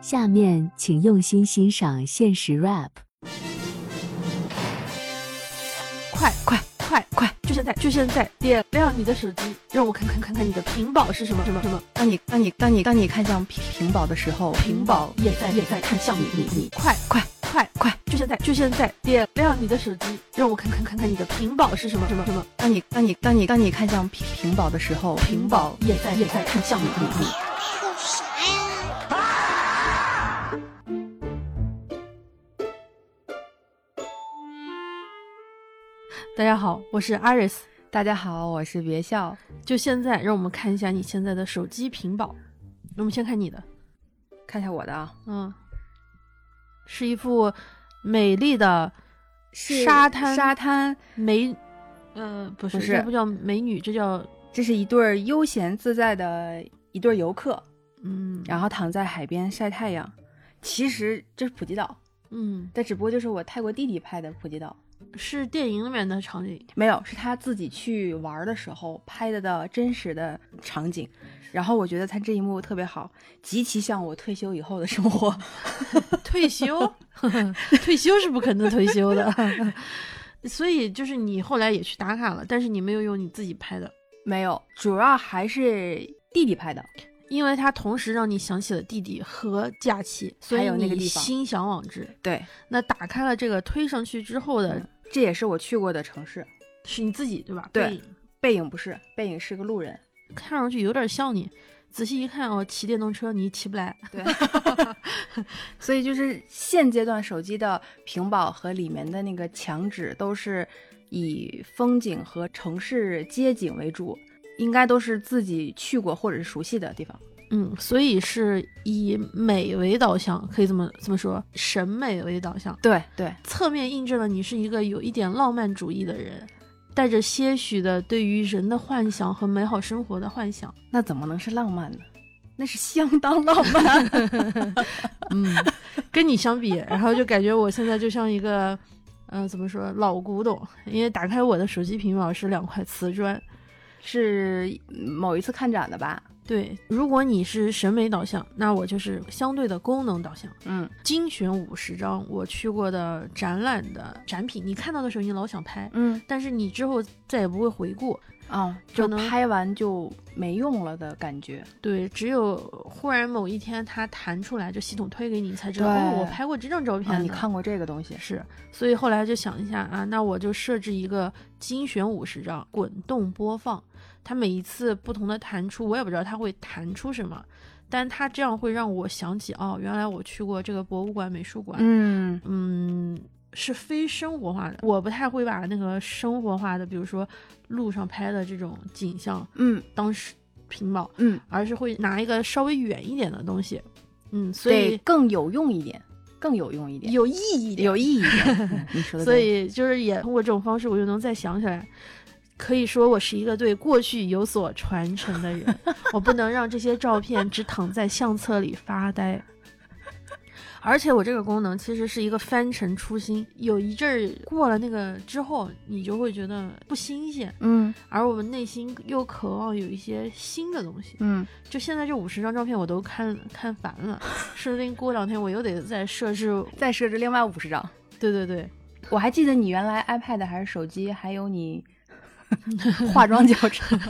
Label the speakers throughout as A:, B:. A: 下面请用心欣赏限时 rap。
B: 快快快快，就现在就现在，点亮你的手机，让我看看看看你的屏保是什么什么什么。
C: 当你当你当你当你看向屏屏保的时候，
B: 屏保也在也在看向你你你，快快快快，就现在就现在，点亮你的手机，让我看看看看你的屏保是什么什么什么。
C: 当你当你当你当你看向屏屏保的时候，
B: 屏保也在也在看向你你你。大家好，我是 Iris。
C: 大家好，我是别笑。
B: 就现在，让我们看一下你现在的手机屏保。我们先看你的，
C: 看一下我的啊，
B: 嗯，是一幅美丽的
C: 是
B: 沙滩
C: 沙滩，
B: 美，呃，不是，
C: 不是
B: 这不叫美女，这叫
C: 这是一对儿悠闲自在的一对儿游客，
B: 嗯，
C: 然后躺在海边晒太阳。其实这是普吉岛，
B: 嗯，
C: 但只不过就是我泰国弟弟拍的普吉岛，
B: 是电影里面的场景，
C: 没有，是他自己去玩儿的时候拍的的真实的场景。然后我觉得他这一幕特别好，极其像我退休以后的生活。
B: 退休， 退休是不可能退休的， 所以就是你后来也去打卡了，但是你没有用你自己拍的，
C: 没有，主要还是弟弟拍的。
B: 因为它同时让你想起了弟弟和假期，所
C: 还
B: 以
C: 有那个
B: 你
C: 地方
B: 心向往之。
C: 对，
B: 那打开了这个推上去之后的
C: 嗯这也是我去过的城市。
B: 是你自己对吧？
C: 对
B: 背影，
C: 背影不是，背影是个路人。
B: 看上去有点像你，仔细一看哦，骑电动车你骑不 来。
C: 对，所以就是现阶段手机的屏保和里面的那个墙纸都是以风景和城市街景为主，应该都是自己去过或者是熟悉的地方。
B: 嗯，所以是以美为导向，可以这么这么说，审美为导向，
C: 对对，
B: 侧面印证了你是一个有一点浪漫主义的人，带着些许的对于人的幻想和美好生活的幻想。
C: 那怎么能是浪漫呢？那是相当 浪漫。
B: 嗯，跟你相比， 然后就感觉我现在就像一个，嗯、怎么说老古董，因为打开我的手机屏保是两块瓷砖。
C: 是某一次看展的吧？
B: 对，如果你是审美导向，那我就是相对的功能导向。
C: 嗯，
B: 精选五十张我去过的展览的展品，你看到的时候你老想拍，
C: 嗯，
B: 但是你之后再也不会回顾。
C: 哦，
B: 可
C: 就
B: 能
C: 拍完就没用了的感觉。
B: 对，只有忽然某一天它弹出来，这系统推给你，你才知道
C: 对
B: 哦，我拍过这张照片、
C: 啊，你。看过这个东西？
B: 是，所以后来就想一下啊，那我就设置一个精选五十张滚动播放，它每一次不同的弹出，我也不知道它会弹出什么，但它这样会让我想起哦，原来我去过这个博物馆、美术馆，
C: 嗯，
B: 嗯，是非生活化的，我不太会把那个生活化的，比如说路上拍的这种景象
C: 嗯
B: 当时屏保，
C: 嗯，
B: 而是会拿一个稍微远一点的东西，嗯，所
C: 对，
B: 以
C: 更有用一点，更有用一点，
B: 有意义一点
C: 有意义一 点。嗯你说的对，
B: 所以就是也通过这种方式，我就能再想起来。可以说我是一个对过去有所传承的人，我不能让这些照片只躺在相册里发呆。而且我这个功能其实是一个翻尘出新，有一阵儿过了那个之后，你就会觉得不新鲜，
C: 嗯
B: 而我们内心又渴望有一些新的东西。
C: 嗯，
B: 就现在这五十张照片我都看看烦了，说不定过两天我又得再设置。
C: 再设置另外五十张。
B: 对对对，
C: 我还记得你原来 iPad 还是手机，还有 你化妆教程。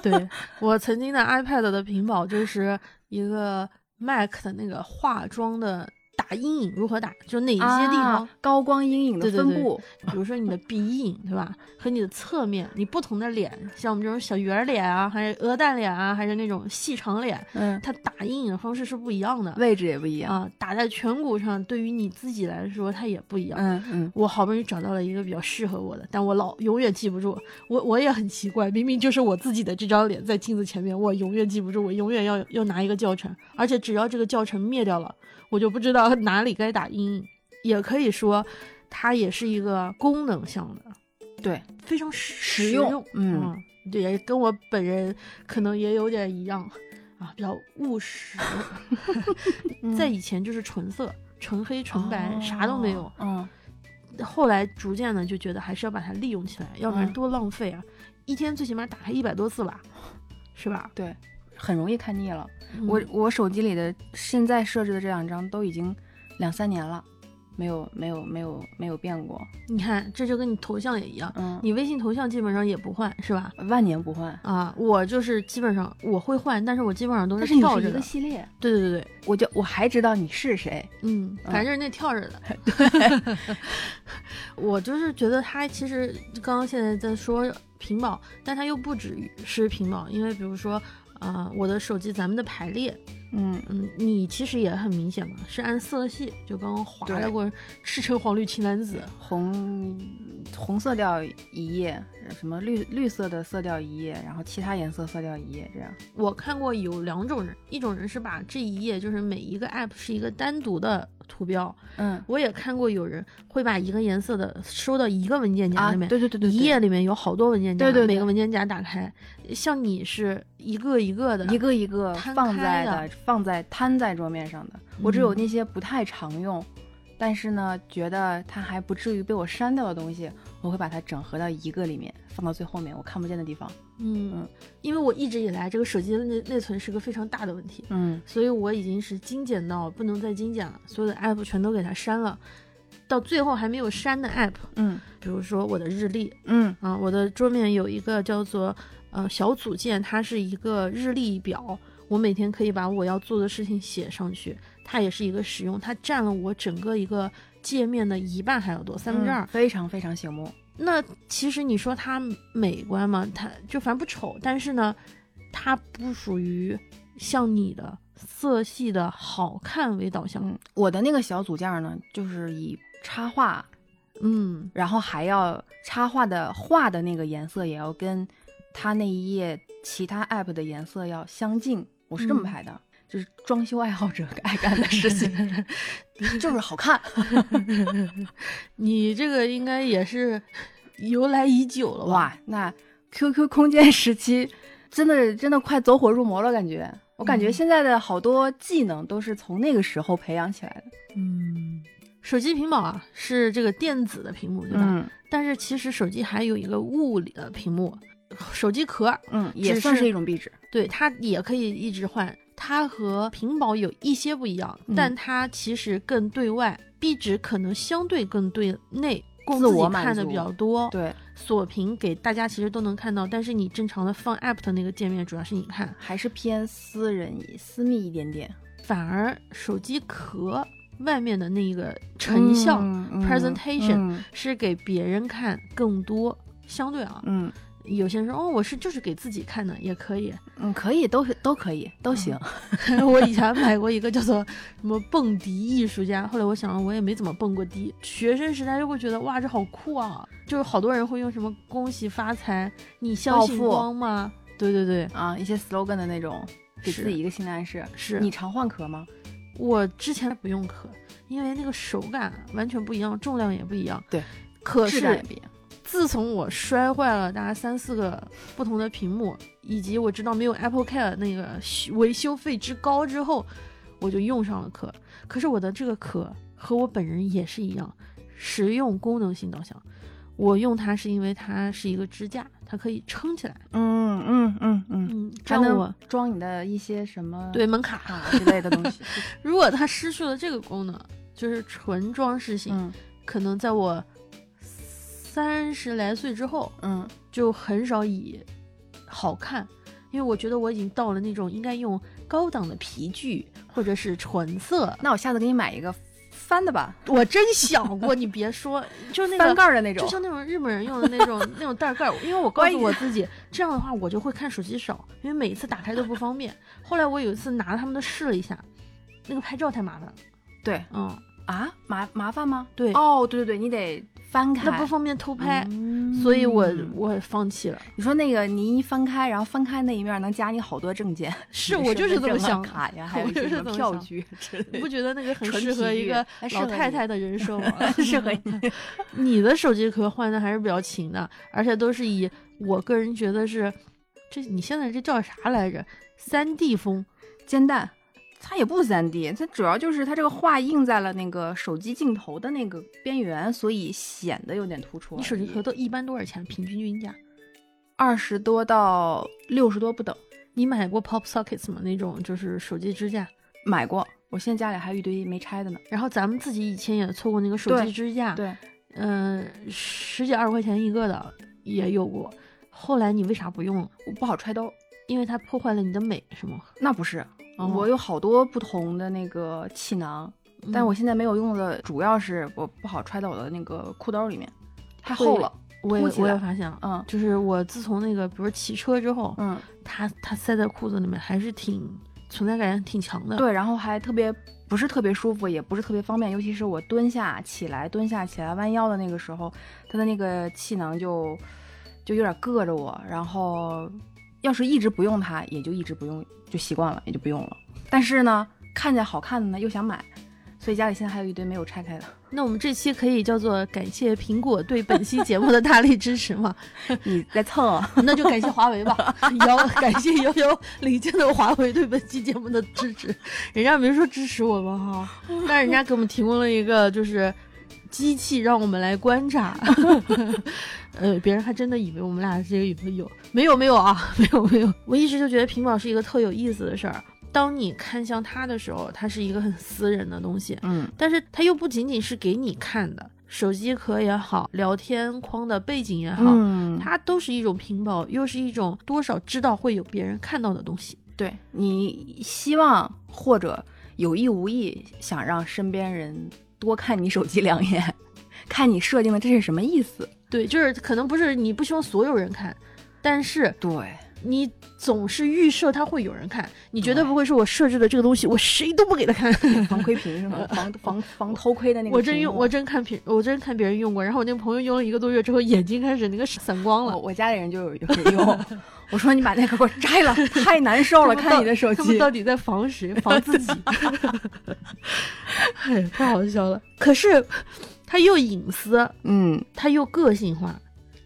B: 对我曾经的 iPad 的屏保就是一个 Mac 的那个化妆的打阴影如何打，就哪一些地方，
C: 啊高光阴影的
B: 对对
C: 分
B: 对
C: 布，
B: 比如说你的鼻影对吧，和你的侧面，你不同的脸，像我们这种小圆脸啊，还是鹅蛋脸啊，还是那种细长脸，
C: 嗯，
B: 它打阴影的方式是不一样的
C: 位置也不一样。
B: 啊，打在颧骨上，对于你自己来说它也不一样。
C: 嗯嗯，
B: 我好不容易找到了一个比较适合我的，但我老永远记不住。我我也很奇怪，明明就是我自己的这张脸在镜子前面，我永远记不住，我永远要要拿一个教程，而且只要这个教程灭掉了，我就不知道哪里该打阴影。也可以说，它也是一个功能向的，
C: 对，
B: 非常
C: 实
B: 实
C: 用嗯
B: 嗯，对，也跟我本人可能也有点一样啊，比较务 实。在以前就是纯色。纯黑、纯白，啥都没有。
C: 哦嗯，
B: 后来逐渐的就觉得还是要把它利用起来，要不然
C: 嗯
B: 多浪费啊！一天最起码打开一百多次吧，是吧？
C: 对，很容易看腻了。我
B: 嗯
C: 我手机里的现在设置的这两张都已经两三年了，没有没有没有没有变过，
B: 你看，这就跟你头像也一样，
C: 嗯，
B: 你微信头像基本上也不换，是吧？
C: 万年不换。
B: 啊，我就是基本上我会换，但是我基本上都
C: 但是你
B: 跳
C: 是
B: 着
C: 一个
B: 的。
C: 系列，
B: 对对对对，
C: 我就我还知道你是谁，
B: 嗯，反正就是那跳着 的。 我就是觉得他其实刚刚现在在说屏保，但他又不止于是屏保，因为比如说。啊、我的手机咱们的排列，
C: 嗯，
B: 嗯，你其实也很明显嘛，是按色系，就刚刚划
C: 对
B: 了过赤橙黄绿青蓝紫，
C: 红红色调一页，什么绿绿色的色调一页，然后其他颜色色调一页，这样。
B: 我看过有两种人，一种人是把这一页就是每一个 app 是一个单独的图标，
C: 嗯
B: 我也看过有人会把一个颜色的收到一个文件夹
C: 啊，
B: 里面，
C: 对对对对，
B: 一页里面有好多文件夹，
C: 对对对
B: 每个文件夹打开，像你是一个一个的，
C: 一个一个
B: 摊
C: 放在
B: 开的
C: 放在摊在桌面上的。我只有
B: 嗯
C: 那些不太常用，但是呢，觉得它还不至于被我删掉的东西，我会把它整合到一个里面，放到最后面我看不见的地方。
B: 嗯
C: 嗯，
B: 因为我一直以来这个手机的内内存是个非常大的问题，
C: 嗯，
B: 所以我已经是精简到不能再精简了，所有的 app 全都给它删了，到最后还没有删的 app，
C: 嗯
B: 比如说我的日历，
C: 嗯
B: 啊，我的桌面有一个叫做呃小组件，它是一个日历表，我每天可以把我要做的事情写上去，它也是一个使用，它占了我整个一个界面的一半还要多，三分之二。
C: 嗯非常非常醒目。
B: 那其实你说它美观嘛，它就反正不丑，但是呢，它不属于像你的色系的好看为导向。
C: 嗯，我的那个小组件儿呢，就是以插画，
B: 嗯
C: 然后还要插画的画的那个颜色也要跟它那一页其他 app 的颜色要相近。我是这么
B: 嗯
C: 排的，就是装修爱好者 爱干的事情， 就是好看。
B: 你这个应该也是 由来已久了吧？
C: 哇，那 QQ 空间时期真的真的快走火入魔了，感觉。我感觉
B: 嗯
C: 现在的好多技能都是从那个时候培养起来的。
B: 嗯，手机屏保啊是这个电子的屏幕，对吧？
C: 嗯
B: 但是其实手机还有一个物理的屏幕，手机壳，
C: 嗯，也
B: 只
C: 算
B: 是
C: 是一种壁纸。
B: 对它也可以一直换。它和屏保有一些不一样，
C: 嗯
B: 但它其实更对外，壁纸可能相对更对内，供
C: 自
B: 自
C: 我
B: 己
C: 满
B: 看的
C: 足
B: 比较多。，
C: 对，
B: 锁屏给大家其实都能看到，但是你正常的放 app 的那个界面，主要是你看。
C: 还是偏私人私密一点点。
B: 反而手机壳外面的那个成像、
C: 嗯嗯
B: presentation
C: 嗯
B: 是给别人看更多。相对啊，
C: 嗯
B: 有些人说哦，我是就是给自己看的，也可以。
C: 嗯，可以，都是都可以，
B: 嗯
C: 都行。
B: 我以前买过一个叫做什么蹦迪艺术家，后来我想我也没怎么蹦过迪。学生时代就会觉得哇，这好酷啊！就是好多人会用什么恭喜发财，你相信
C: 暴富
B: 光吗？对对对，
C: 啊，一些 slogan 的那种，给
B: 是
C: 自己一个心理暗示。
B: 是
C: 你常换壳吗？
B: 我之前不用壳，因为那个手感完全不一样，重量也不一样。
C: 对，
B: 可
C: 质感
B: 是
C: 也不一样。
B: 自从我摔坏了大概三四个不同的屏幕，以及我知道没有 Apple Care 那个修维修费之高之后，我就用上了壳。可是我的这个壳和我本人也是一样，实用功能性导向。我用它是因为它是一个支架，它可以撑起来，
C: 嗯嗯嗯嗯，
B: 嗯，
C: 还
B: 让我
C: 能装你的一些什么
B: 对门卡。
C: 啊之类的 东西。
B: 如果它失去了这个功能，就是纯装饰性，
C: 嗯
B: 可能在我三十来岁之后，
C: 嗯
B: 就很少以好看，因为我觉得我已经到了那种应该用高档的皮具或者是纯色。
C: 那我下次给你买一个翻的吧，
B: 我真想过，你别说，就那
C: 翻盖
B: 个。
C: 儿的那种
B: 就。像那种日本人用的那种 那种袋盖，因为我告诉我自己，这样的话我就会看手机少，因为每一次打开都不方便。后来我有一次拿他们的试了一下，那个拍照太麻烦了，
C: 对
B: 嗯，
C: 啊，麻麻烦吗？
B: 对
C: 哦，对对对，你得翻开，
B: 那不方便偷拍，
C: 嗯
B: 所以我我放弃了。
C: 你说那个你一翻开，然后翻开那一面能加你好多证件，
B: 是
C: 你
B: 我
C: 的
B: 就是
C: 身份
B: 这么
C: 证啊
B: 想的
C: 卡 呀，还有
B: 我
C: 一些
B: 就是
C: 什么
B: 这么
C: 票
B: 想
C: 据啊之
B: 你
C: 类
B: 不
C: 的，
B: 觉得那个很
C: 纯
B: 适合
C: 体
B: 一
C: 育
B: 个
C: 还适
B: 老
C: 合
B: 太
C: 你
B: 太的人设 吗？
C: 适合你。
B: 你的手机壳换的还是比较勤的，而且都是以我个人觉得是，这你现在这叫啥来着？三 D 风，
C: 煎蛋。它也不三 D，它主要就是它这个画印在了那个手机镜头的那个边缘，所以显得有点突出而已。
B: 你手机壳都一般多少钱？平均均价？
C: 二十多到六十多不等，
B: 你买过 Pop Sockets 吗？那种就是手机支架。
C: 买过，我现在家里还有一堆没拆的呢。
B: 然后咱们自己以前也凑过那个手
C: 对
B: 机支架，
C: 对，
B: 嗯、十几二十块钱一个的也有过。后来你为啥不用了？
C: 我不好揣兜，
B: 因为它破坏了你的美，是吗？
C: 那不是，
B: 哦
C: 我有好多不同的那个气囊，
B: 嗯
C: 但是我现在没有用的，主要是我不好揣到我的那个裤兜里面，太厚了。
B: 我也
C: 凸起
B: 我也
C: 来
B: 发现了，
C: 嗯
B: 就是我自从那个比如骑车之后，
C: 嗯，
B: 它它塞在裤子里面还是挺存在感挺强的。
C: 对，然后还特别不是特别舒服，也不是特别方便，尤其是我蹲下起来、蹲下起来、弯腰的那个时候，它的那个气囊就就有点硌着我。然后要是一直不用它，也就一直不用，就习惯了，也就不用了。但是呢，看见好看的呢，又想买，所以家里现在还有一堆没有拆开的。
B: 那我们这期可以叫做感谢苹果对本期节目的大力支持吗？
C: 你在蹭啊？
B: 那就感谢华为吧，遥感谢遥遥领进的华为对本期节目的支持，人家没说支持我们哈，但人家给我们提供了一个就是机器让我们来观察， 呃，别人还真的以为我们俩这个有有没有没有啊，没有没有，我一直就觉得屏保是一个特有意思的事儿。当你看向它的时候，它是一个很私人的东西，
C: 嗯，
B: 但是它又不仅仅是给你看的，手机壳也好，聊天框的背景也好，
C: 嗯，
B: 它都是一种屏保，又是一种多少知道会有别人看到的东西。
C: 对你希望或者有意无意想让身边人多看你手机两眼，看你设定的这是什么意思？
B: 对，就是可能不是你不希望所有人看，但是
C: 对，
B: 你总是预设它会有人看，你绝对
C: 对
B: 不会说我设置的这个东西我谁都 不给他看。
C: 防窥屏是吗？防防防偷窥的那个屏幕。
B: 我真用，我真看屏，我真看别人用过，然后我那个朋友用了一个多月之后，眼睛开始那个散光
C: 我
B: 了。
C: 我家里人就有有用。 我说你把那个给我摘 了，太难受了，
B: 他们到
C: 看你的手
B: 他们
C: 机。
B: 到底在防谁？防自 己？哎，太好笑了。可是它又隐私，
C: 嗯，
B: 它又个性化，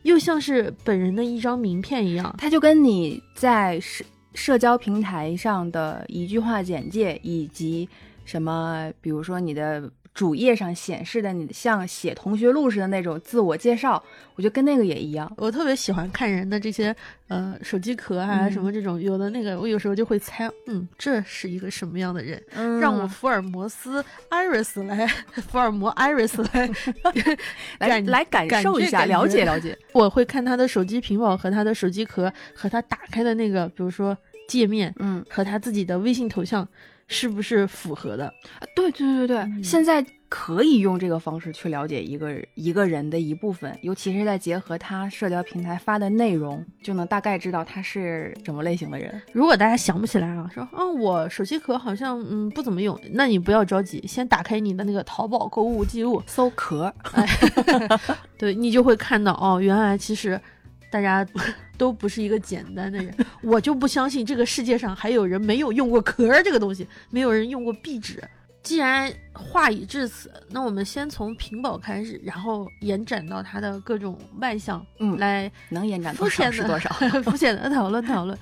B: 又像是本人的一张名片一样。
C: 它就跟你在社社交平台上的一句话简介，以及什么，比如说你的主页上显示的你像写同学录似的那种自我介绍，我觉得跟那个也一样。
B: 我特别喜欢看人的这些呃手机壳啊
C: 嗯
B: 什么这种，有的那个我有时候就会猜，嗯，这是一个什么样的人，
C: 嗯
B: 让我福尔摩斯 Iris 来，福尔摩 Iris 来
C: 来
B: 感
C: 来感
B: 感
C: 受
B: 觉
C: 一下，
B: 感
C: 了
B: 觉
C: 解 了解。
B: 我会看他的手机屏保和他的手机壳和他打开的那个，比如说界面
C: 嗯，
B: 和他自己的微信头像是不是符合的。
C: 对对对对，
B: 嗯
C: 现在可以用这个方式去了解一个一个人的一部分，尤其是再结合他社交平台发的内容，就能大概知道他是什么类型的人。
B: 如果大家想不起来啊，说啊我手机壳好像嗯不怎么用，那你不要着急，先打开你的那个淘宝购物记录，哎
C: 搜壳，
B: 对你就会看到哦，原来其实大家都不是一个简单的人。 我就不相信这个世界上还有人没有用过壳儿这个东西，没有人用过壁纸。既然话已至此，那我们先从屏保开始，然后延展到它的各种外向，
C: 嗯
B: 来
C: 能延展
B: 肤
C: 多
B: 浅
C: 少
B: 的
C: 是多少。
B: 肤浅的呃讨论讨论。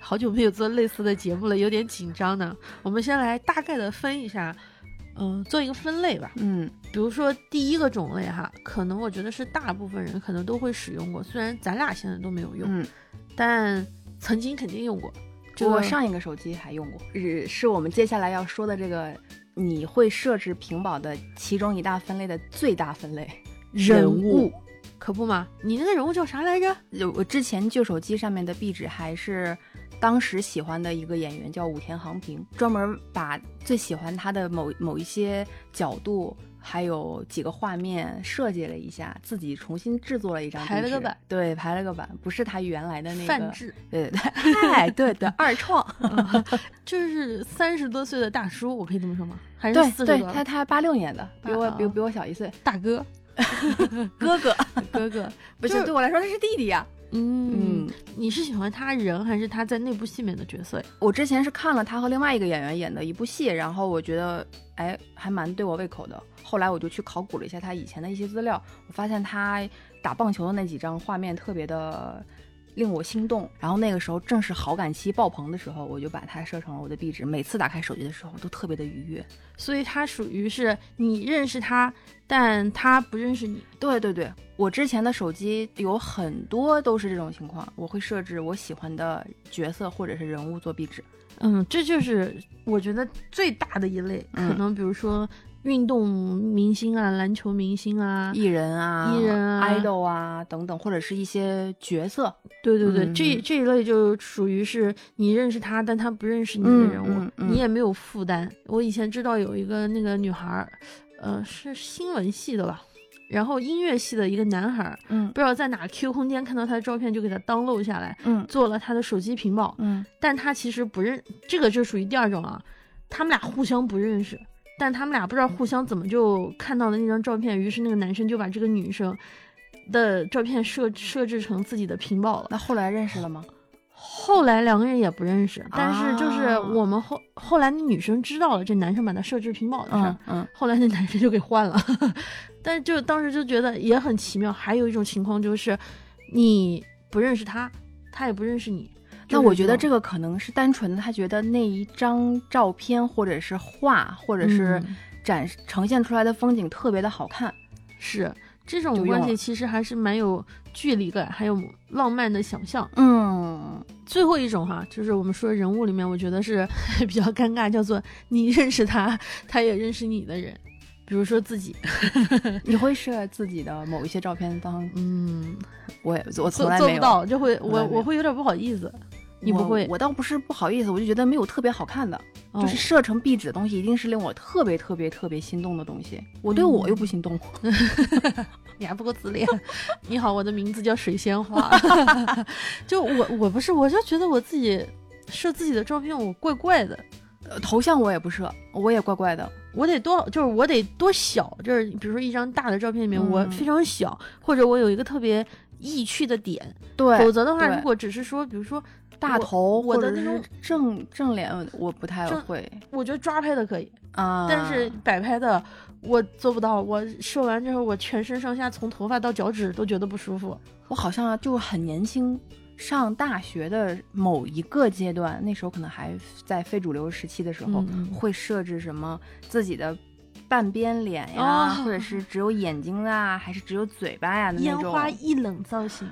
B: 好久没有做类似的节目了，有点紧张呢。我们先来大概的分一下，嗯、做一个分类吧。
C: 嗯
B: 比如说第一个种类哈，可能我觉得是大部分人可能都会使用过，虽然咱俩现在都没有用，
C: 嗯，
B: 但曾经肯定用过。这个
C: 我上一个手机还用过，是是我们接下来要说的这个，你会设置屏保的其中一大分类的最大分类。人物
B: 可不嘛，你那个人物叫啥来着？
C: 有我之前旧手机上面的壁纸还是当时喜欢的一个演员叫武田航平，专门把最喜欢他的某某一些角度，还有几个画面设计了一下，自己重新制作了一张
B: 排了
C: 壁纸
B: 个版，
C: 对，排了个版，不是他原来的那个
B: 范 志，
C: 对对对，哎，对的，二创，
B: 就是三十多岁的大叔，我可以这么说吗？还是
C: 对
B: 四十
C: 对，
B: 多
C: 他
B: 了？
C: 他八六年的，比我
B: 啊
C: 比我比我小一岁，
B: 大哥，
C: 哥 哥，
B: 哥哥，
C: 不
B: 就是是
C: 对我来说他是弟弟啊呀、
B: 嗯，你是喜欢他人还是他在那部戏里面的角色呀？
C: 我之前是看了他和另外一个演员演的一部戏，然后我觉得，哎，还蛮对我胃口的。后来我就去考古了一下他以前的一些资料，我发现他打棒球的那几张画面特别的令我心动。然后那个时候正是好感期爆棚的时候，我就把它设成了我的壁纸。每次打开手机的时候，都特别的愉悦。
B: 所以它属于是你认识他，但他不认识你。
C: 对对对，我之前的手机有很多都是这种情况，我会设置我喜欢的角色或者是人物做壁纸。
B: 嗯，这就是我觉得最大的一类，可
C: 嗯
B: 能比如说运动明星啊、篮球明星啊，
C: 艺人啊，
B: 艺人啊
C: idol 啊等等，或者是一些角色，
B: 对对对，
C: 嗯
B: 这这一类就属于是你认识他，但他不认识你的
C: 嗯
B: 人物，
C: 嗯嗯
B: 你也没有负担。我以前知道有一个那个女孩儿，呃，是新闻系的吧，然后音乐系的一个男孩儿，
C: 嗯
B: 不知道在哪 Q 空间看到他的照片，就给他 download 下来，
C: 嗯
B: 做了他的手机屏保，
C: 嗯
B: 但他其实不认，这个就属于第二种啊，他们俩互相不认识，但他们俩不知道互相怎么就看到了那张照片，于是那个男生就把这个女生的照片设设置成自己的屏保了。
C: 那后来认识了吗？
B: 后来两个人也不认识，但是就是
C: 啊
B: 我们后后来那女生知道了这男生把她设置屏保的事儿。
C: 嗯嗯
B: 后来那男生就给换了， 但是就当时就觉得也很奇妙。还有一种情况就是，你不认识他，他也不认识你。
C: 那我觉得这
B: 个
C: 个可能是单纯的，他觉得那一张照片或者是画，或者是
B: 嗯
C: 展示呈现出来的风景特别的好看。
B: 是这种
C: 就用
B: 关系，
C: 了
B: 其实还是蛮有距离感，还有浪漫的想象。
C: 嗯，
B: 最后一种哈，就是我们说人物里面，我觉得是 比较尴尬，叫做你认识他，他也认识你的人，比如说自己，
C: 你会设自己的某一些照片当？
B: 嗯，
C: 我也我从
B: 做
C: 来
B: 做
C: 没
B: 不
C: 有，
B: 到，就会
C: 从来
B: 我
C: 没有
B: 我会有点不好意思。你不
C: 我
B: 会
C: 我倒不是不好意思，我就觉得没有特别好看的，
B: 哦
C: 就是 设成壁纸的东西，一定是令我特别特别特别心动的东西。我
B: 嗯
C: 对我又不心动，
B: 你还不够自恋。 你好，我的名字叫水仙 花。就我我不是，我就觉得我自己设自己的照片，我怪怪的。
C: 呃头像我也不设，我也怪怪的。
B: 我得多，就是我得多小，就是比如说一张大的照片里面，
C: 嗯
B: 我非常小，或者我有一个特别意趣的点，否
C: 对，
B: 则的话，
C: 对
B: 如果只是说，比如说
C: 大，头
B: 我
C: 或
B: 的那
C: 者是
B: 种
C: 正正脸，我不太
B: 正
C: 会
B: 我我觉得抓拍的可以，
C: 啊。
B: 但是摆拍的我做不到。我射完之后，我全身上下从头发到脚趾都觉得不舒服。
C: 我好像就很年轻，上大学的某一个阶段，那时候可能还在非主流时期的时候，
B: 嗯嗯
C: 会设置什么自己的半边脸呀，
B: 哦
C: 或者是只有眼睛啊，还是只有嘴巴呀的那
B: 烟
C: 种
B: 花易冷造型，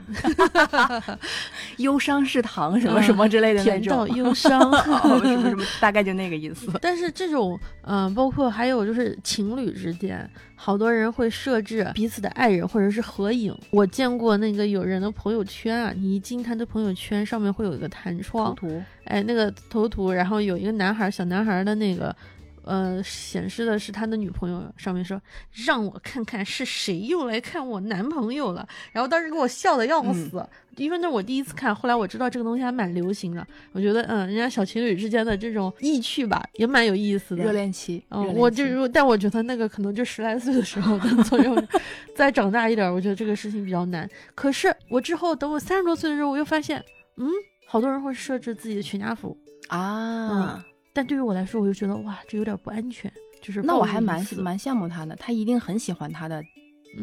C: 忧伤是糖什么什么之类的那
B: 甜到
C: 种。
B: 忧 伤。
C: 哦，什么什么，大概就那个意思。
B: 但是这种，嗯、包括还有就是情侣之间，好多人会设置彼此的爱人或者是合影。我见过那个有人的朋友圈啊，你一进他的朋友圈，上面会有一个弹
C: 图
B: 窗，
C: 图，
B: 哎，那个头图，然后有一个男孩，小男孩的那个，呃，显示的是他的女朋友，上面说让我看看是谁又来看我男朋友了，然后当时给我笑的要死，因为那是我第一次看，后来我知道这个东西还蛮流行的，我觉得嗯，人家小情侣之间的这种意趣吧，也蛮有意思的。
C: 热恋期。热
B: 嗯，
C: 恋
B: 我就
C: 期
B: 是，但我觉得那个可能就十来岁的时候的作用，再长大一点，我觉得这个事情比较难。可是我之后等我三十多岁的时候，我又发现，嗯，好多人会设置自己的全家福，
C: 啊，
B: 但对于我来说，我就觉得哇，这有点不安全。就是
C: 那
B: 暴
C: 我
B: 露
C: 还
B: 隐
C: 蛮
B: 私
C: 蛮羡慕他的，他一定很喜欢他的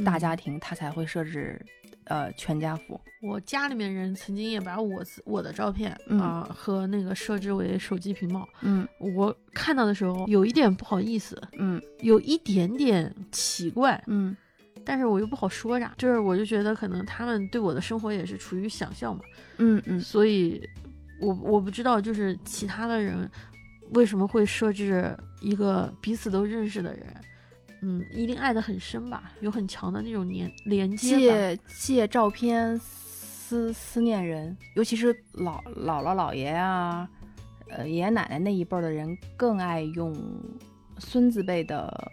C: 大、
B: 嗯
C: 家庭，他才会设置呃全家福。
B: 我家里面人曾经也把我自我的照片啊、
C: 嗯
B: 和那个设置为手机屏幕，
C: 嗯
B: 我看到的时候有一点不好意思，
C: 嗯
B: 有一点点奇怪，
C: 嗯
B: 但是我又不好说啥，就是我就觉得可能他们对我的生活也是处于想象嘛，
C: 嗯嗯，
B: 所以我我不知道就是其他的人为什么会设置一个彼此都认识的人，嗯，一定爱得很深吧，有很强的那种连连接吧。
C: 借借照片思思念人，尤其是老姥姥姥爷啊，呃爷爷奶奶那一辈儿的人更爱用孙子辈的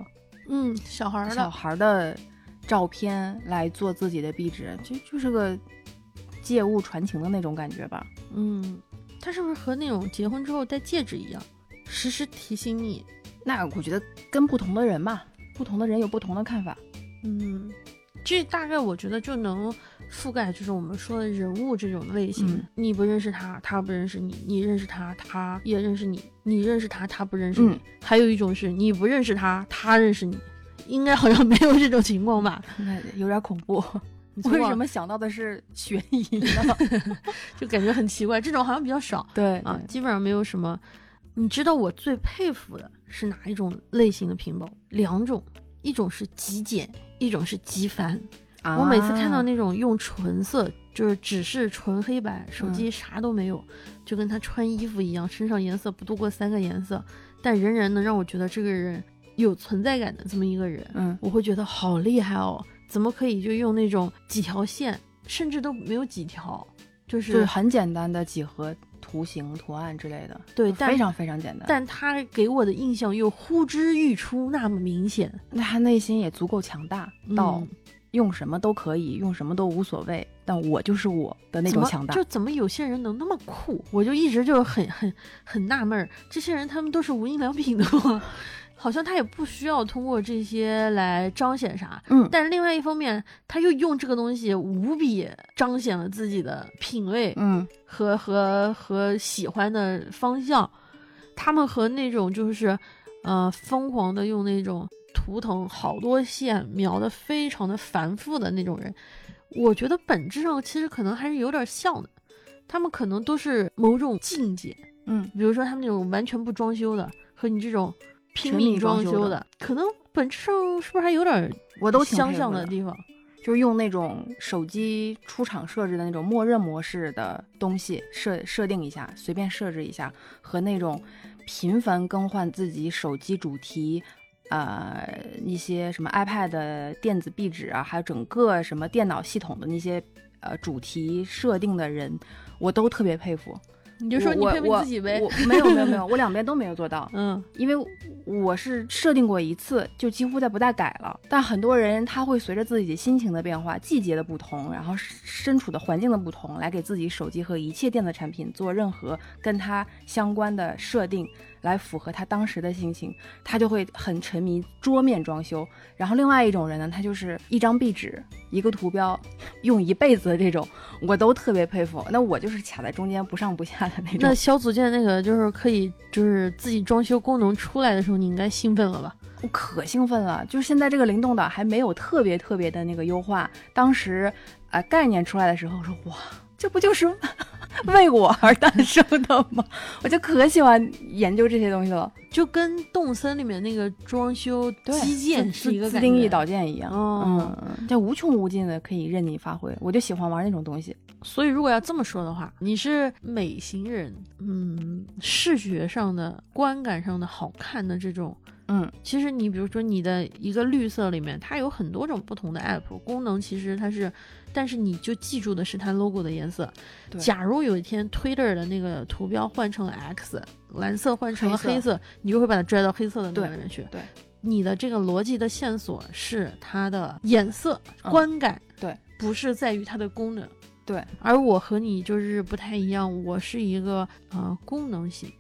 B: 嗯，小孩儿
C: 小
B: 的，
C: 孩儿的照片来做自己的壁纸，就就是个借物传情的那种感觉吧。
B: 嗯，他是不是和那种结婚之后戴戒指一样，时时提醒你？
C: 那我觉得跟不同的人嘛，不同的人有不同的看法。
B: 嗯，这大概我觉得就能覆盖，就是我们说的人物这种类型。
C: 嗯
B: 你不认识他，他不认识你；你认识他，他也认识你；你认识他，他不认识你。
C: 嗯
B: 还有一种是你不 认识他，他认识你。应该好像没有这种情况吧？
C: 那有点恐怖。
B: 你 从
C: 为
B: 网
C: 什么想到的是悬疑呢？
B: 就感觉很奇怪？这种好像比较少
C: 对
B: 啊，基本上没有什么。你知道我最佩服的是哪一种类型的屏保？两种，一种是极简，一种是极繁。
C: 啊
B: 我每次看到那种用纯色，就是只是纯黑白，手
C: 嗯
B: 机啥都没有，就跟他穿衣服一样，身上颜色不多过三个颜色，但仍然能让我觉得这个人有存在感的这么一个人，
C: 嗯
B: 我会觉得好厉害哦！怎么可以就用那种几条线，甚至都没有几条，就
C: 就是
B: 是
C: 很简单的几何图形、图案之类的，
B: 对
C: 就
B: 但
C: 非常非常简单。
B: 但他给我的印象又呼之欲出，那么明显。
C: 那他内心也足够强大到
B: 嗯
C: 用什么都可以，用什么都无所谓，但我就是我的那
B: 怎
C: 种
B: 么
C: 强大
B: 就。怎么有些人能那么酷？我就一直就是很很很纳闷儿，这些人他们都是无印良品的吗？ 好像他也不需要通过这些来彰显啥。
C: 嗯，
B: 但另外一方面，他又用这个东西无比彰显了自己的品味
C: 嗯
B: 和、和和喜欢的方向。他们和那种就是，呃，疯狂的用那种图腾好多线描的非常的繁复的那种人，我觉得本质上其实可能还是有点像的。他们可能都是某种境界，
C: 嗯，
B: 比如说他们那种完全不装修的，和你这种拼
C: 沉
B: 命
C: 迷
B: 装
C: 装
B: 修
C: 修
B: 的，
C: 的
B: 可能本质上是不是还有点
C: 我都挺
B: 相
C: 佩服
B: 像
C: 的
B: 的地方？
C: 就是用那种手机出厂设置的那种默认模式的东西设设定一下，随便设置一下，和那种频繁更换自己手机主题。呃，一些什么 iPad 的电子壁纸啊，还有整个什么电脑系统的那些呃主题设定的人，我都特别佩服。
B: 你就说你
C: 我
B: 佩服
C: 我
B: 你自己呗
C: 我。没有没有没有，我两边都没有做到。
B: 嗯，
C: 因为我是设定过一次，就几乎再不大改了。但很多人他会随着自己心情的变化、季节的不同，然后身处的环境的不同，来给自己手机和一切电子产品做任何跟他相关的设定，来符合他当时的心情。他就会很沉迷桌面装修。然后另外一种人呢，他就是一张壁纸、一个图标，用一辈子的这种，我都特别佩服。那我就是卡在中间不上不下的那
B: 那
C: 种。
B: 小组建那个就是可以，就是自己装修功能出来的时候，你应该兴奋了吧？
C: 我可兴奋了，就是现在这个灵动岛还没有特别特别的那个优化。当时啊、呃概念出来的时候，我说哇，这不就是为我而诞生的吗？我就可喜欢研究这些东西了。
B: 就跟动森里面那个装修基建
C: 自
B: 是一个
C: 自
B: 感
C: 定义
B: 觉。
C: 导建一样，
B: 哦
C: 嗯，这无穷无尽的可以任你发挥。我就喜欢玩那种东西。
B: 所以如果要这么说的话，你是美型人，嗯，视觉上的、观感上的好看的这种。
C: 嗯，
B: 其实你比如说你的一个绿色里面，它有很多种不同的 app 功能，其实它是，但是你就记住的是它 logo 的颜色。
C: 对
B: 假如有一天 Twitter 的那个图标换成了 X，蓝色换成了黑色，
C: 黑
B: 你就会把它拽到黑色的那
C: 对
B: 个里面去。
C: 对
B: 你的这个逻辑的线索是它的颜色、
C: 嗯
B: 观感，
C: 对，
B: 不是在于它的功能。
C: 对，
B: 而我和你就是不太一样，我是一个呃功能型，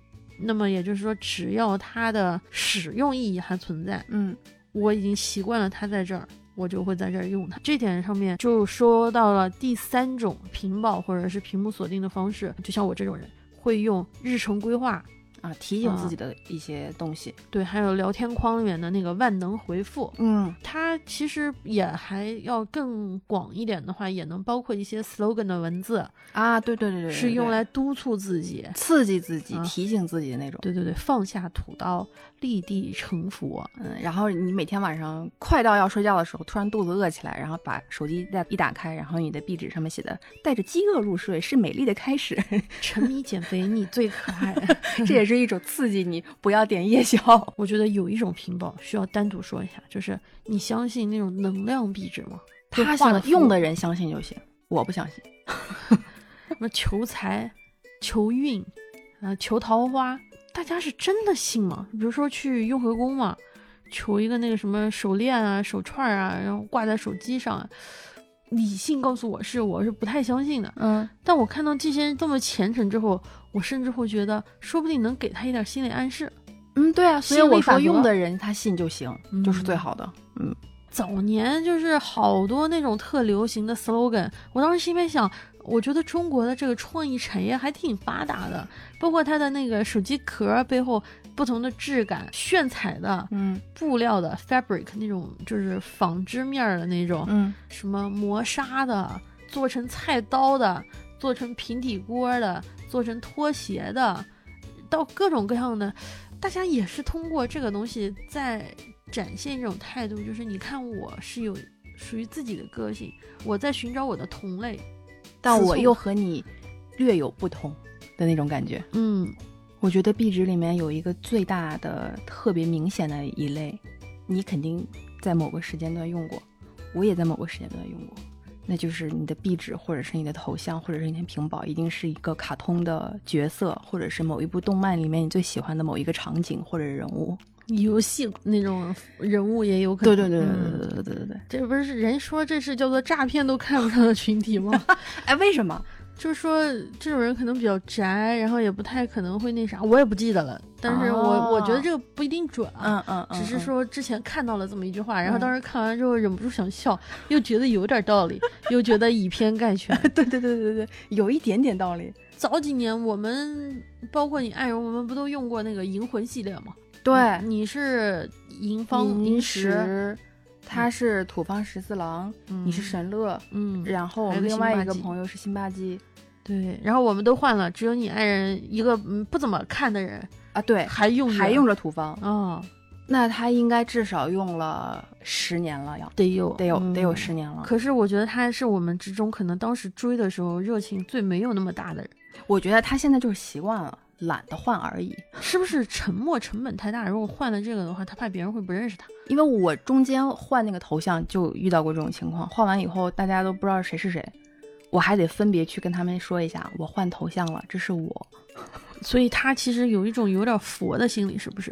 B: 那么也就是说，只要它的使用意义还存在，
C: 嗯
B: 我已经习惯了它在这儿，我就会在这儿用它。这点上面就说到了第三种屏保或者是屏幕锁定的方式，就像我这种人会用日程规划，
C: 啊，提醒自己的一些东西。
B: 对，还有聊天框里面的那个万能回复，
C: 嗯
B: 它其实也还要更广一点的话，也能包括一些 slogan 的文字，
C: 啊，对对对对，对
B: 是用来督促自己。
C: 刺激自己、
B: 啊
C: 提醒自己的那种。
B: 对对对，放下屠刀，立地成佛。
C: 嗯，然后你每天晚上快到要睡觉的时候，突然肚子饿起来，然后把手机再一打开，然后你的壁纸上面写的“带着饥饿入睡是美丽的开始，
B: 沉迷减肥，你最可爱。”
C: 这也是一种刺激你不要点 夜宵。
B: 我觉得有一种屏保需要单独说一下，就是你相信那种能量壁纸吗？就
C: 他
B: 画的
C: 想用的人相信就行，我不相信。
B: 什么求财、求运，啊，求桃花，大家是真的信吗？比如说去雍和宫嘛，求一个那个什么手链啊、手串啊，然后挂在手机上啊。理性告诉我是，我是不太相信的。
C: 嗯，
B: 但我看到这些人这么虔诚之后，我甚至会觉得，说不定能给他一点心理暗示。
C: 嗯，对啊，所以
B: 吸引力
C: 我
B: 法
C: 说
B: 则
C: 用的人他信就行，就是最
B: 嗯
C: 好的。嗯，
B: 早年就是好多那种特流行的 slogan，我当时心里面想，我觉得中国的这个创意产业还挺发达的，包括它的那个手机壳背后不同的质感、炫彩的
C: 嗯
B: 布料的 fabric 那种，就是纺织面儿的那种，
C: 嗯，
B: 什么磨砂的，做成菜刀的，做成平底锅的，做成拖鞋的，到各种各样的，大家也是通过这个东西在展现一种态度，就是你看我是有属于自己的个性，我在寻找我的同类，
C: 但
B: 吃
C: 我
B: 醋
C: 又和你略有不同的那种感觉。
B: 嗯，
C: 我觉得壁纸里面有一个最大的、特别明显的一类，你肯定在某个时间段用过，我也在某个时间段用过，那就是你的壁纸，或者是你的头像，或者是你的屏保，一定是一个卡通的角色，或者是某一部动漫里面你最喜欢的某一个场景或者人物。
B: 游戏那种人物也有可
C: 对
B: 能，
C: 对对对
B: 嗯
C: 对对对对对。
B: 这不是人说这是叫做诈骗都看不上的群体吗？
C: 哎，为什么？
B: 就是说这种人可能比较宅，然后也不太可能会那啥，我也不记得了。但是我、
C: 哦
B: 我觉得这个不一定准啊，
C: 嗯嗯，嗯
B: 只是
C: 嗯
B: 说之前看到了这么一句话，然后
C: 嗯
B: 当时看完之后忍不住想笑，又觉得有点道理，又觉得以偏概 全。
C: 对对对对对，有一点点道理。
B: 早几年我们包括你爱人，我们不都用过那个银魂系列吗？
C: 对，
B: 你是银方
C: 银
B: 石，
C: 石，嗯他是土方十四郎，你是
B: 嗯
C: 神乐，
B: 嗯，
C: 然后我
B: 还有
C: 们
B: 个
C: 另
B: 辛
C: 外
B: 巴
C: 一个
B: 基
C: 朋友是辛巴基
B: 对，然后我们都换了，只有你爱人一个嗯不怎么看的人
C: 啊，对，
B: 还用
C: 还
B: 着
C: 用着土方，
B: 哦，
C: 那他应该至少用了十年了，要
B: 得有
C: 得有得有
B: 嗯
C: 十年了。
B: 可是我觉得他是我们之中可能当时追的时候热情最没有那么大的人，
C: 我觉得他现在就是习惯了，懒得换而已。
B: 是不是沉默成本太大？如果换了这个的话，他怕别人会不认识他。
C: 因为我中间换那个头像就遇到过这种情况，换完以后大家都不知道谁是谁，我还得分别去跟他们说一下，我换头像了，这是我。
B: 所以他其实有一种有点佛的心理，是不是？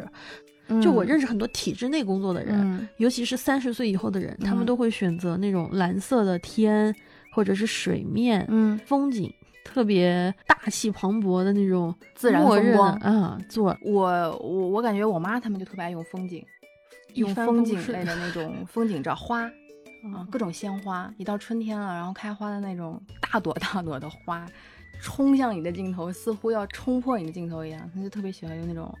B: 就
C: 嗯
B: 我认识很多体制内工作的
C: 识
B: 人，
C: 人，
B: 尤其是三十岁以后的人，他
C: 嗯
B: 们都会选择那种蓝色的天或者是水面、
C: 嗯，
B: 风景。特别大气磅礴的那种
C: 自然
B: 默
C: 风
B: 认
C: 光
B: 啊、做
C: 我我我感觉我妈他们就特别爱用风景，
B: 一
C: 用
B: 帆
C: 风
B: 风
C: 景
B: 顺
C: 类的那 种风景照，花啊
B: 啊，
C: 各种鲜花，一到春天了，然后开花的那种大朵大朵的花，冲向你的镜头，似乎要冲破你的镜头一样。他就特别喜欢用那种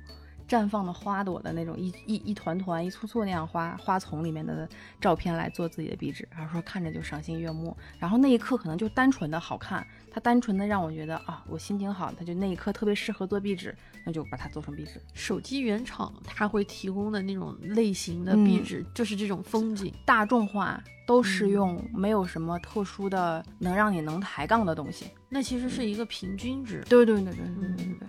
C: 绽放的花朵的那种一一一团团、一簇簇那样花花丛里面的照片来做自己的壁纸，然后说看着就赏心悦目。然后那一刻可能就单纯的好看，它单纯的让我觉得啊，我心情好，它就那一刻特别适合做壁纸，那就把它做成壁纸。
B: 手机原厂它会提供的那种类型
C: 嗯
B: 的壁纸，就是这种风景。
C: 大众化都是
B: 嗯
C: 用没有什么特殊的能让你能抬杠的东西。
B: 那其实
C: 嗯
B: 是一个平均值，
C: 对对对对对对对
B: 嗯
C: 对，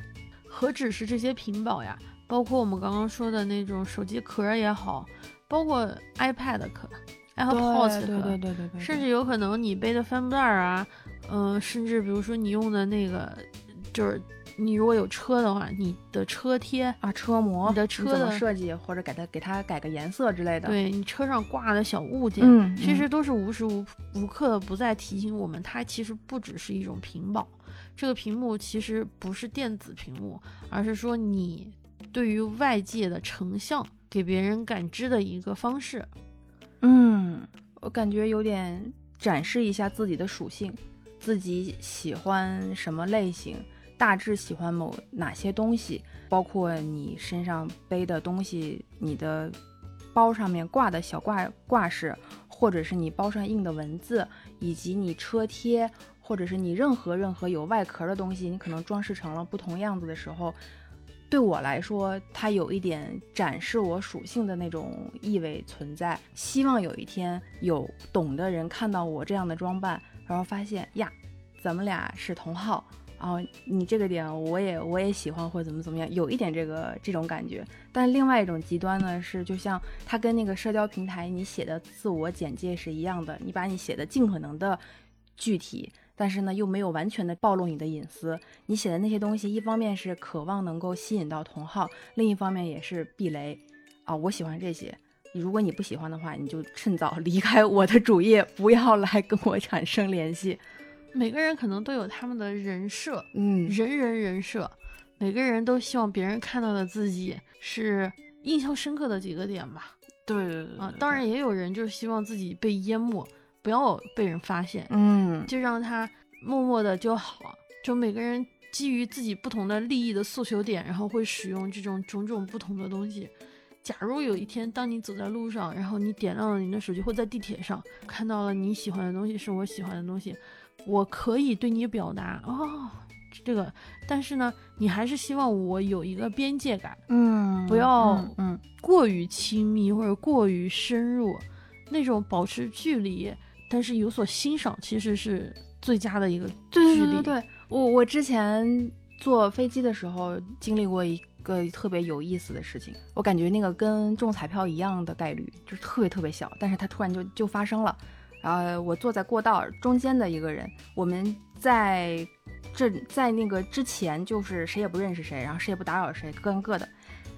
B: 何止是这些屏保呀，包括我们刚刚说的那种手机壳儿也好，包括 iPad 壳、
C: 对
B: AirPods
C: 对对
B: 壳，
C: 对对对，
B: 甚至有可能你背的帆布袋儿啊，嗯、甚至比如说你用的那个，就是你如果有车的话，你的车贴。
C: 啊车模，
B: 你的车
C: 怎么
B: 的
C: 设计，或者给它给它改个颜色之类的。，
B: 对你车上挂的小物件，
C: 嗯，
B: 其
C: 嗯
B: 实都是无时无无刻的不在提醒我们，它其实不只是一种屏保，这个屏幕其实不是电子屏幕，而是说你对于外界的成像给别人感知的一个方式。
C: 嗯，我感觉有点展示一下自己的属性，自己喜欢什么类型，大致喜欢某哪些东西，包括你身上背的东西，你的包上面挂的小挂挂饰，或者是你包上印的文字，以及你车贴，或者是你任何任何有外壳的东西，你可能装饰成了不同样子的时候，对我来说，它有一点展示我属性的那种意味存在。希望有一天有懂的人看到我这样的装扮，然后发现呀，咱们俩是同号。哦，你这个点我也我也喜欢，或者怎么怎么样，有一点这个这种感觉。但另外一种极端呢是，就像它跟那个社交平台你写的自我简介是一样的，你把你写的尽可能的具体，但是呢又没有完全的暴露你的隐私。你写的那些东西，一方面是渴望能够吸引到同好，另一方面也是避雷啊。我喜欢这些，如果你不喜欢的话，你就趁早 离开我的主页，不要来跟我产生联系。
B: 每个人可能都有他们的人设，
C: 嗯
B: 人人人设，每个人都希望别人看到的自己是印象深刻的几个点吧。
C: 对对对
B: 啊，当，然也有人就是希望自己被淹没，不要被人发现，
C: 嗯
B: 就让他默默的就好，就每个人基于自己不同的利益的诉求点，然后会使用这种种种不同的东西。假如有一天，当你走在路上，然后你点亮了你的手机，或在地铁上看到了你喜欢的东西，是我喜欢的东西，我可以对你表达哦，这个，但是呢，你还是希望我有一个边界感，
C: 嗯
B: 不要
C: 嗯
B: 过于亲密或者过于深入，那种保持距离，但是有所欣赏，其实是最佳的一个距
C: 对
B: 离。
C: 对对对，我我之前坐飞机的时候经历过一个特别有意思的事情，我感觉那个跟中彩票一样的概率就是特别特别小，但是它突然就就发生了。然后我坐在过道中间的一个人，我们在这在那个之前就是谁也不认识谁，然后谁也不打扰谁，各干各的。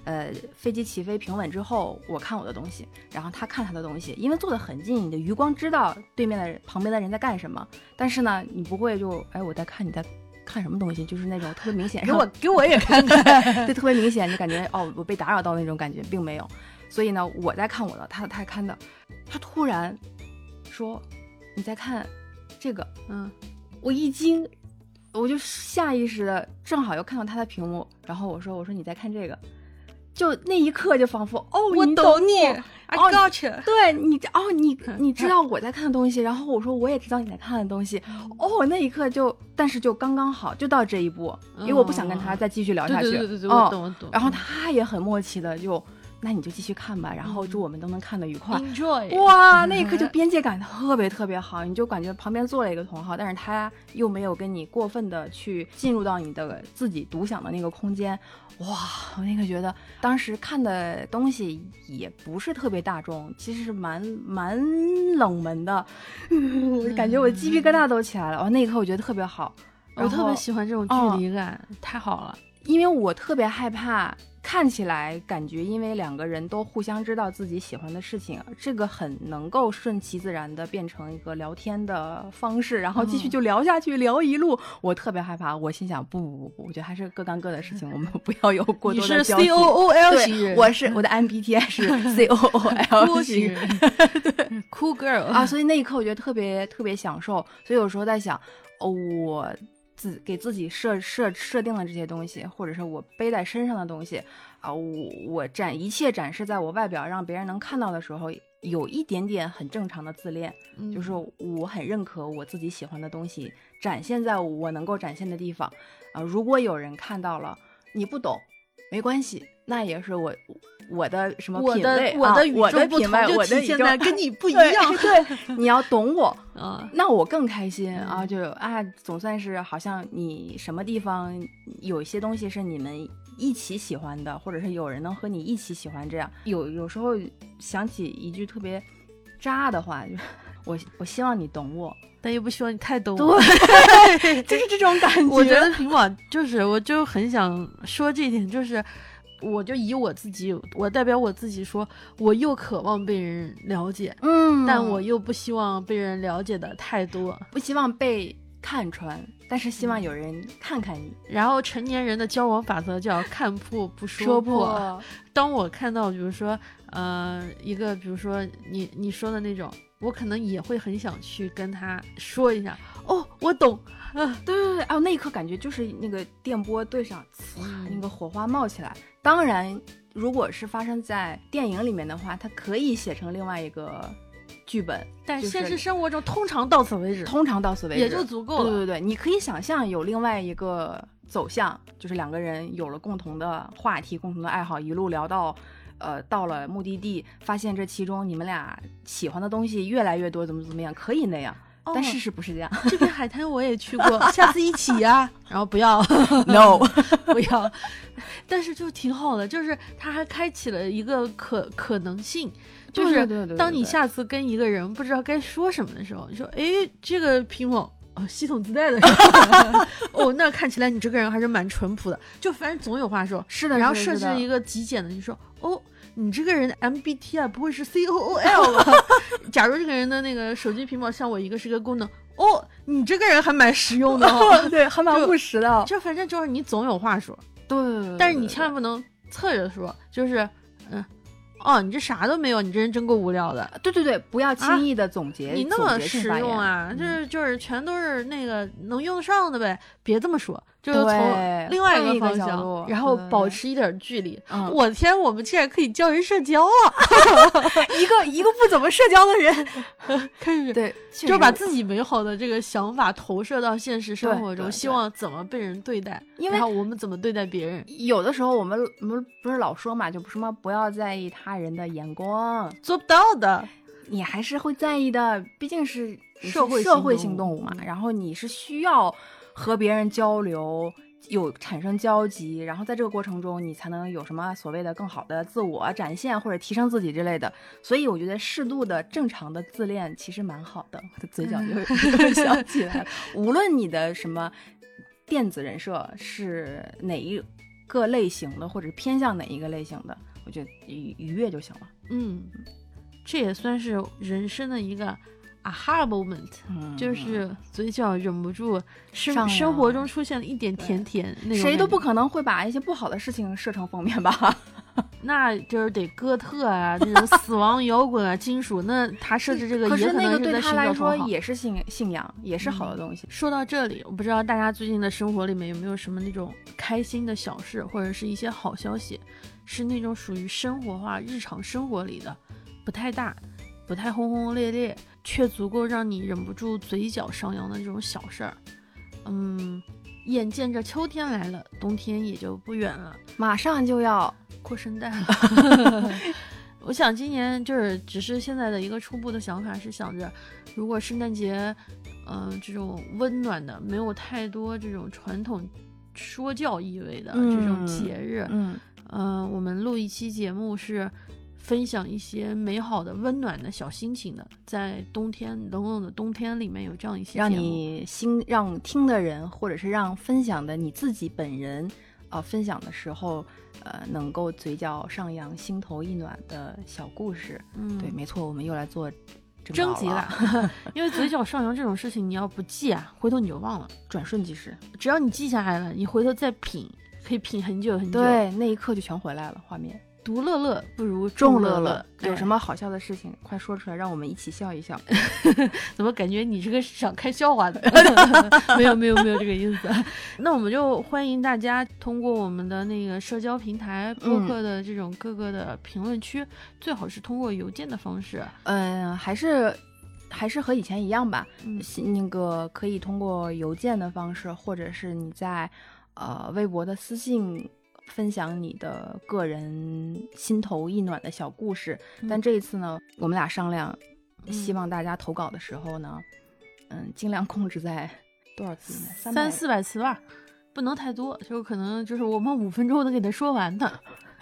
C: 呃，飞机起飞平稳之后，我看我的东西，然后他看他的东西，因为坐得很近，你的余光知道对面的人旁边的人在干什么，但是呢，你不会就哎我在看你在看什么东西，就是那种特别明显，
B: 给 我给我也看
C: 对，
B: 看。
C: 特别明显，就感觉哦，我被打扰到那种感觉，并没有。所以呢，我在看我的，他他看的，他突然说你在看这个，
B: 嗯，
C: 我一惊，我就下意识的正好又看到他的屏幕，然后我说我说你在看这个，就那一刻就仿佛哦，
B: 我
C: 你
B: 懂
C: 我
B: 你，I
C: 哦
B: got you。
C: 对你哦，你
B: 嗯
C: 你知道我在看的东西，然后我说我也知道你在看的东西，
B: 嗯
C: 哦，那一刻就，但是就刚刚好，就到这一步，因为我不想跟他再继续聊
B: 对
C: 下
B: 嗯
C: 去，
B: 对对对对，
C: 哦
B: 我懂我懂。
C: 然后他也很默契的就，那你就继续看吧，然
B: 嗯
C: 后祝我们都能看得愉快。
B: enjoy，
C: 哇，那一刻就边界感特别特别好，你就感觉旁边坐了一个同好，但是他又没有跟你过分的去进入到你的自己独享的那个空间。哇，我那个觉得当时看的东西也不是特别大众，其实是蛮蛮冷门的， 我感觉我鸡皮疙瘩都起来了。哇，那一刻我觉得特别好，
B: 我特
C: 然后哦
B: 别喜欢这种距离感，太好了。
C: 因为我特别害怕看起来感觉，因为两个人都互相知道自己喜欢的事情，这个很能够顺其自然的变成一个聊天的方式，然后继续
B: 嗯
C: 就聊下去，聊一路。我特别害怕，我心想不不不不，我觉得还是各干各的事情，我们不要有过
B: 你
C: 多
B: 是
C: 的交
B: C
C: 集。
B: O O L 型
C: 对，
B: 人，
C: 我是我的 MBTI 是 C O O
B: 酷
C: L 型
B: 型，对，cool girl
C: 啊，，所以那一刻我觉得特别特别享受。所以有时候在想，哦，我自给自己设设设定的这些东西，或者是我背在身上的东西，啊，我我展一切展示在我外表，让别人能看到的时候，有一点点很正常的自恋，
B: 嗯
C: 就是我很认可我自己喜欢的东西，展现在我能够展现的地方。啊，如果有人看到了，你不懂，没关系，那也是我我的什么
B: 我
C: 品
B: 的
C: 味，
B: 我
C: 啊
B: 的与
C: 我
B: 众不
C: 品
B: 同
C: 味，
B: 就
C: 我的
B: 体
C: 宇
B: 现
C: 宙
B: 在跟你不一
C: 对
B: 样
C: 对，你要懂我，
B: 啊，
C: 那我更开心啊！
B: 嗯
C: 就啊，总算是好像你什么地方有一些东西是你们一起喜欢的，或者是有人能和你一起喜欢，这样有有时候想起一句特别渣的话，就是 我我希望你懂我，
B: 但又不希望你太懂我。
C: 对， 就是这种感觉。
B: 我觉得平保就是，我就很想说这一点，就是，我就以我自己，我代表我自己说，我又渴望被人了解，
C: 嗯，
B: 但我又不希望被人了解的太多。
C: 不希望被看穿，但是希望有人看看你，
B: 然后成年人的交往法则叫看破不
C: 说
B: 破。
C: 破，
B: 当我看到，比如说，呃，一个，比如说你你说的那种，我可能也会很想去跟他说一下，哦，我懂，
C: 对对对，哦，那一刻感觉就是那个电波对上，呲
B: 嗯
C: 那个火花冒起来。当然，如果是发生在电影里面的话，它可以写成另外一个剧本，
B: 但
C: 就是
B: 现实生活中通常到此为止，
C: 通常到此为止
B: 也就足够
C: 对
B: 了。
C: 对对，你可以想象有另外一个走向，就是两个人有了共同的话题、共同的爱好，一路聊到，呃，到了目的地，发现这其中你们俩喜欢的东西越来越多，怎么怎么样，可以那样。但
B: 哦
C: 事实不是这样
B: 这片海滩我也去过，下次一起呀、然后不要
C: ，no，
B: 不要，但是就挺好的，就是它还开启了一个可可能性，就
C: 对对
B: 是
C: 对对对
B: 当你
C: 对
B: 下次跟一个人不知道该说什么的时候，你说哎，这个屏幕。哦，系统自带的 是吧，哦，那看起来你这个人还是蛮淳朴的，就反正总有话说。
C: 是的
B: 然 后
C: 是
B: 设
C: 的是
B: 置
C: 的
B: 一个极简的，你说哦，你这个人 MBTI 啊不会是 COOL 吧？假如这个人的那个手机屏保像我一个是个功能，哦，你这个人还蛮实用的、哦。
C: 对，还蛮
B: 就
C: 务实的。哦
B: 就反正就是你总有话说，
C: 对，
B: 但是你千万不能侧着说，就是嗯，哦，你这啥都没有，你这人真够无聊的。
C: 对对对，不要轻易的总结，
B: 啊你那么
C: 总结性
B: 实
C: 发言
B: 用啊，就
C: 嗯
B: 是就是全都是那个能用得上的呗，别这么说，就是
C: 对
B: 从另外
C: 换
B: 一
C: 一
B: 个
C: 个
B: 方
C: 角
B: 向
C: 度，
B: 然后
C: 对对
B: 保
C: 对
B: 持一点距离。
C: 嗯
B: 我天，我们竟然可以教人社交啊！
C: 哎一个一个不怎么社交的人，
B: 开始
C: 对，确
B: 就
C: 实
B: 把自己美好的这个想法投射到现实生
C: 对
B: 活中，
C: 对
B: 希
C: 对
B: 望怎么被人对待，
C: 因为
B: 然后我们怎么对待别人，
C: 有的时候我们我们不是老说嘛，就什么不要在意他人的眼光，
B: 做不到的。
C: 你还是会在意的，毕竟是你是
B: 社会
C: 社
B: 性
C: 会
B: 动
C: 性
B: 物
C: 动物嘛
B: 嗯。
C: 然后你是需要和别人交流，有产生交集，然后在这个过程中，你才能有什么所谓的更好的自我展现或者提升自己之类的。所以我觉得适度的正常的自恋其实蛮好的。我的嘴角就 想起来了，无论你的什么电子人设是哪一个类型的，或者偏向哪一个类型的，我觉得愉愉悦就行了。
B: 嗯，这也算是人生的一个 aha moment。
C: 嗯，
B: 就是嘴角忍不住生
C: 上
B: 生活
C: 扬
B: 中出现了一点
C: 对
B: 甜甜，那种
C: 谁都
B: 感
C: 不
B: 觉，
C: 可能会把一些不好的事情设成封面 吧？
B: 那就是得哥特啊，那种死亡摇滚啊，金属，那他设置这个
C: 可
B: 也
C: 是那
B: 能
C: 个
B: 是
C: 对
B: 在
C: 他
B: 寻
C: 来
B: 找
C: 说
B: 同好。
C: 也是信信仰，也是好的东西。
B: 说到这里，我不知道大家最近的生活里面有没有什么那种开心的小事，或者是一些好消息，是那种属于生活化、日常生活里的，不太大，不太轰轰烈烈，却足够让你忍不住嘴角上扬的那种小事儿。嗯，眼见着秋天来了，冬天也就不远了，
C: 马上就要，
B: 过圣诞了。 我想今年就是只是现在的一个初步的想法是想着，如果圣诞节，嗯、这种温暖的，没有太多这种传统说教意味的这种
C: 嗯
B: 节日，
C: 嗯，
B: 嗯、我们录一期节目是分享一些美好的、温暖的小心情的，在冬天冷冷的冬天里面有这样一些
C: 让
B: 节目
C: 你心让听的人，或者是让分享的你自己本人，啊、分享的时候，呃，能够嘴角上扬、心头一暖的小故事。
B: 嗯
C: 对，没错，我们又来做
B: 征
C: 征
B: 集
C: 稿
B: 了， 因为嘴角上扬这种事情，你要不记啊，回头你就忘了。
C: 转瞬即逝。
B: 只要你记下来了，你回头再品，可以品很久很久。，
C: 对，那一刻就全回来了，画面。
B: 独乐乐不如
C: 众
B: 众
C: 乐哎
B: 乐
C: 乐，，有什
B: 么？
C: 么好笑的事情，快说出来，让我们一起笑一笑。
B: 哎怎么感觉你这个是想开笑 话的？没有没有没有这个意思。 那我们就欢迎大家通过我们的那个社交平台、播
C: 嗯
B: 客的这种各个的评论区，最好是通过邮件的方式。
C: 嗯，还是还是和以前一样吧。
B: 嗯
C: 是那个可以通过邮件的方式，或者是你在呃微博的私信分享你的个人心头一暖的小故事。但
B: 嗯
C: 这一次呢，我们俩商量，希
B: 嗯
C: 望大家投稿的时候呢，嗯，尽量控制在多少字以内？
B: 三四百词吧，不能太多，就可能就是我们五分钟能给它说完的。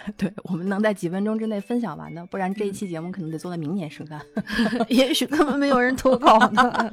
C: 百， 对我们能在几分钟之内分享完的，不然
B: 嗯
C: 这一期节目可能得做到明年圣诞。
B: 也许根本没有人投稿 呢。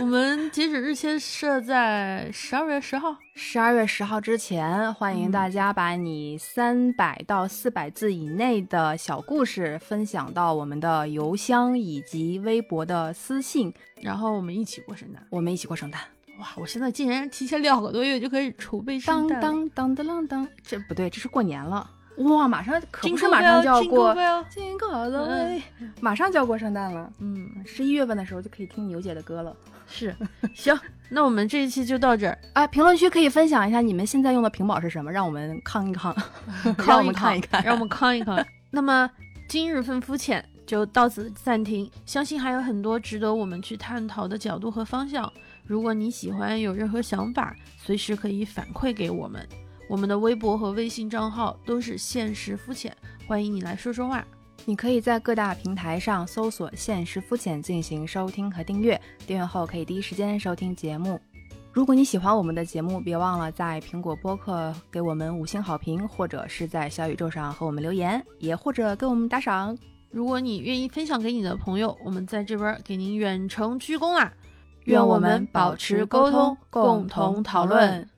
B: 我们截止日期设在十二月十号。
C: 十二月十号之前，欢迎大家把你三百到四百字以内的小故事分享到我们的邮箱以及微博的私信，
B: 然后我们一起过圣诞。
C: 我们一起过圣诞。
B: 哇，我现在竟然提前两个多月就开始筹备圣
C: 当
B: 诞了。
C: 当当当当当，这不对，这是过年了。哇，马上可不
B: Jingle
C: 是马上
B: bell，
C: 就要
B: Jingle
C: 过
B: bell
C: 金狗的喂，马上就要过圣诞了。
B: 嗯，
C: 十一月份的时候就可以听牛姐的歌了。
B: 是，行，那我们这一期就到这儿，
C: 啊，评论区可以分享一下你们现在用的屏保是什么，让我们抗一抗， 让
B: 康
C: 我们看一看，
B: 让我们康一康。那么今日份肤浅就到此暂停，相信还有很多值得我们去探讨的角度和方向。如果你喜欢，有任何想法，随时可以反馈给我们。我们的微博和微信账号都是现实肤浅，欢迎你来说说话。
C: 你可以在各大平台上搜索“现实肤浅”进行收听和订阅，订阅后可以第一时间收听节目。如果你喜欢我们的节目，别忘了在苹果播客给我们五星好评，或者是在小宇宙上和我们留言，也或者给我们打赏。
B: 如果你愿意分享给你的朋友，我们在这边给您远程鞠躬啦！
C: 愿
B: 我
C: 我
B: 们
C: 们
B: 保
C: 保
B: 持
C: 持
B: 沟
C: 沟
B: 通
C: 通，
B: 共
C: 共
B: 同
C: 同
B: 讨
C: 讨
B: 论
C: 论。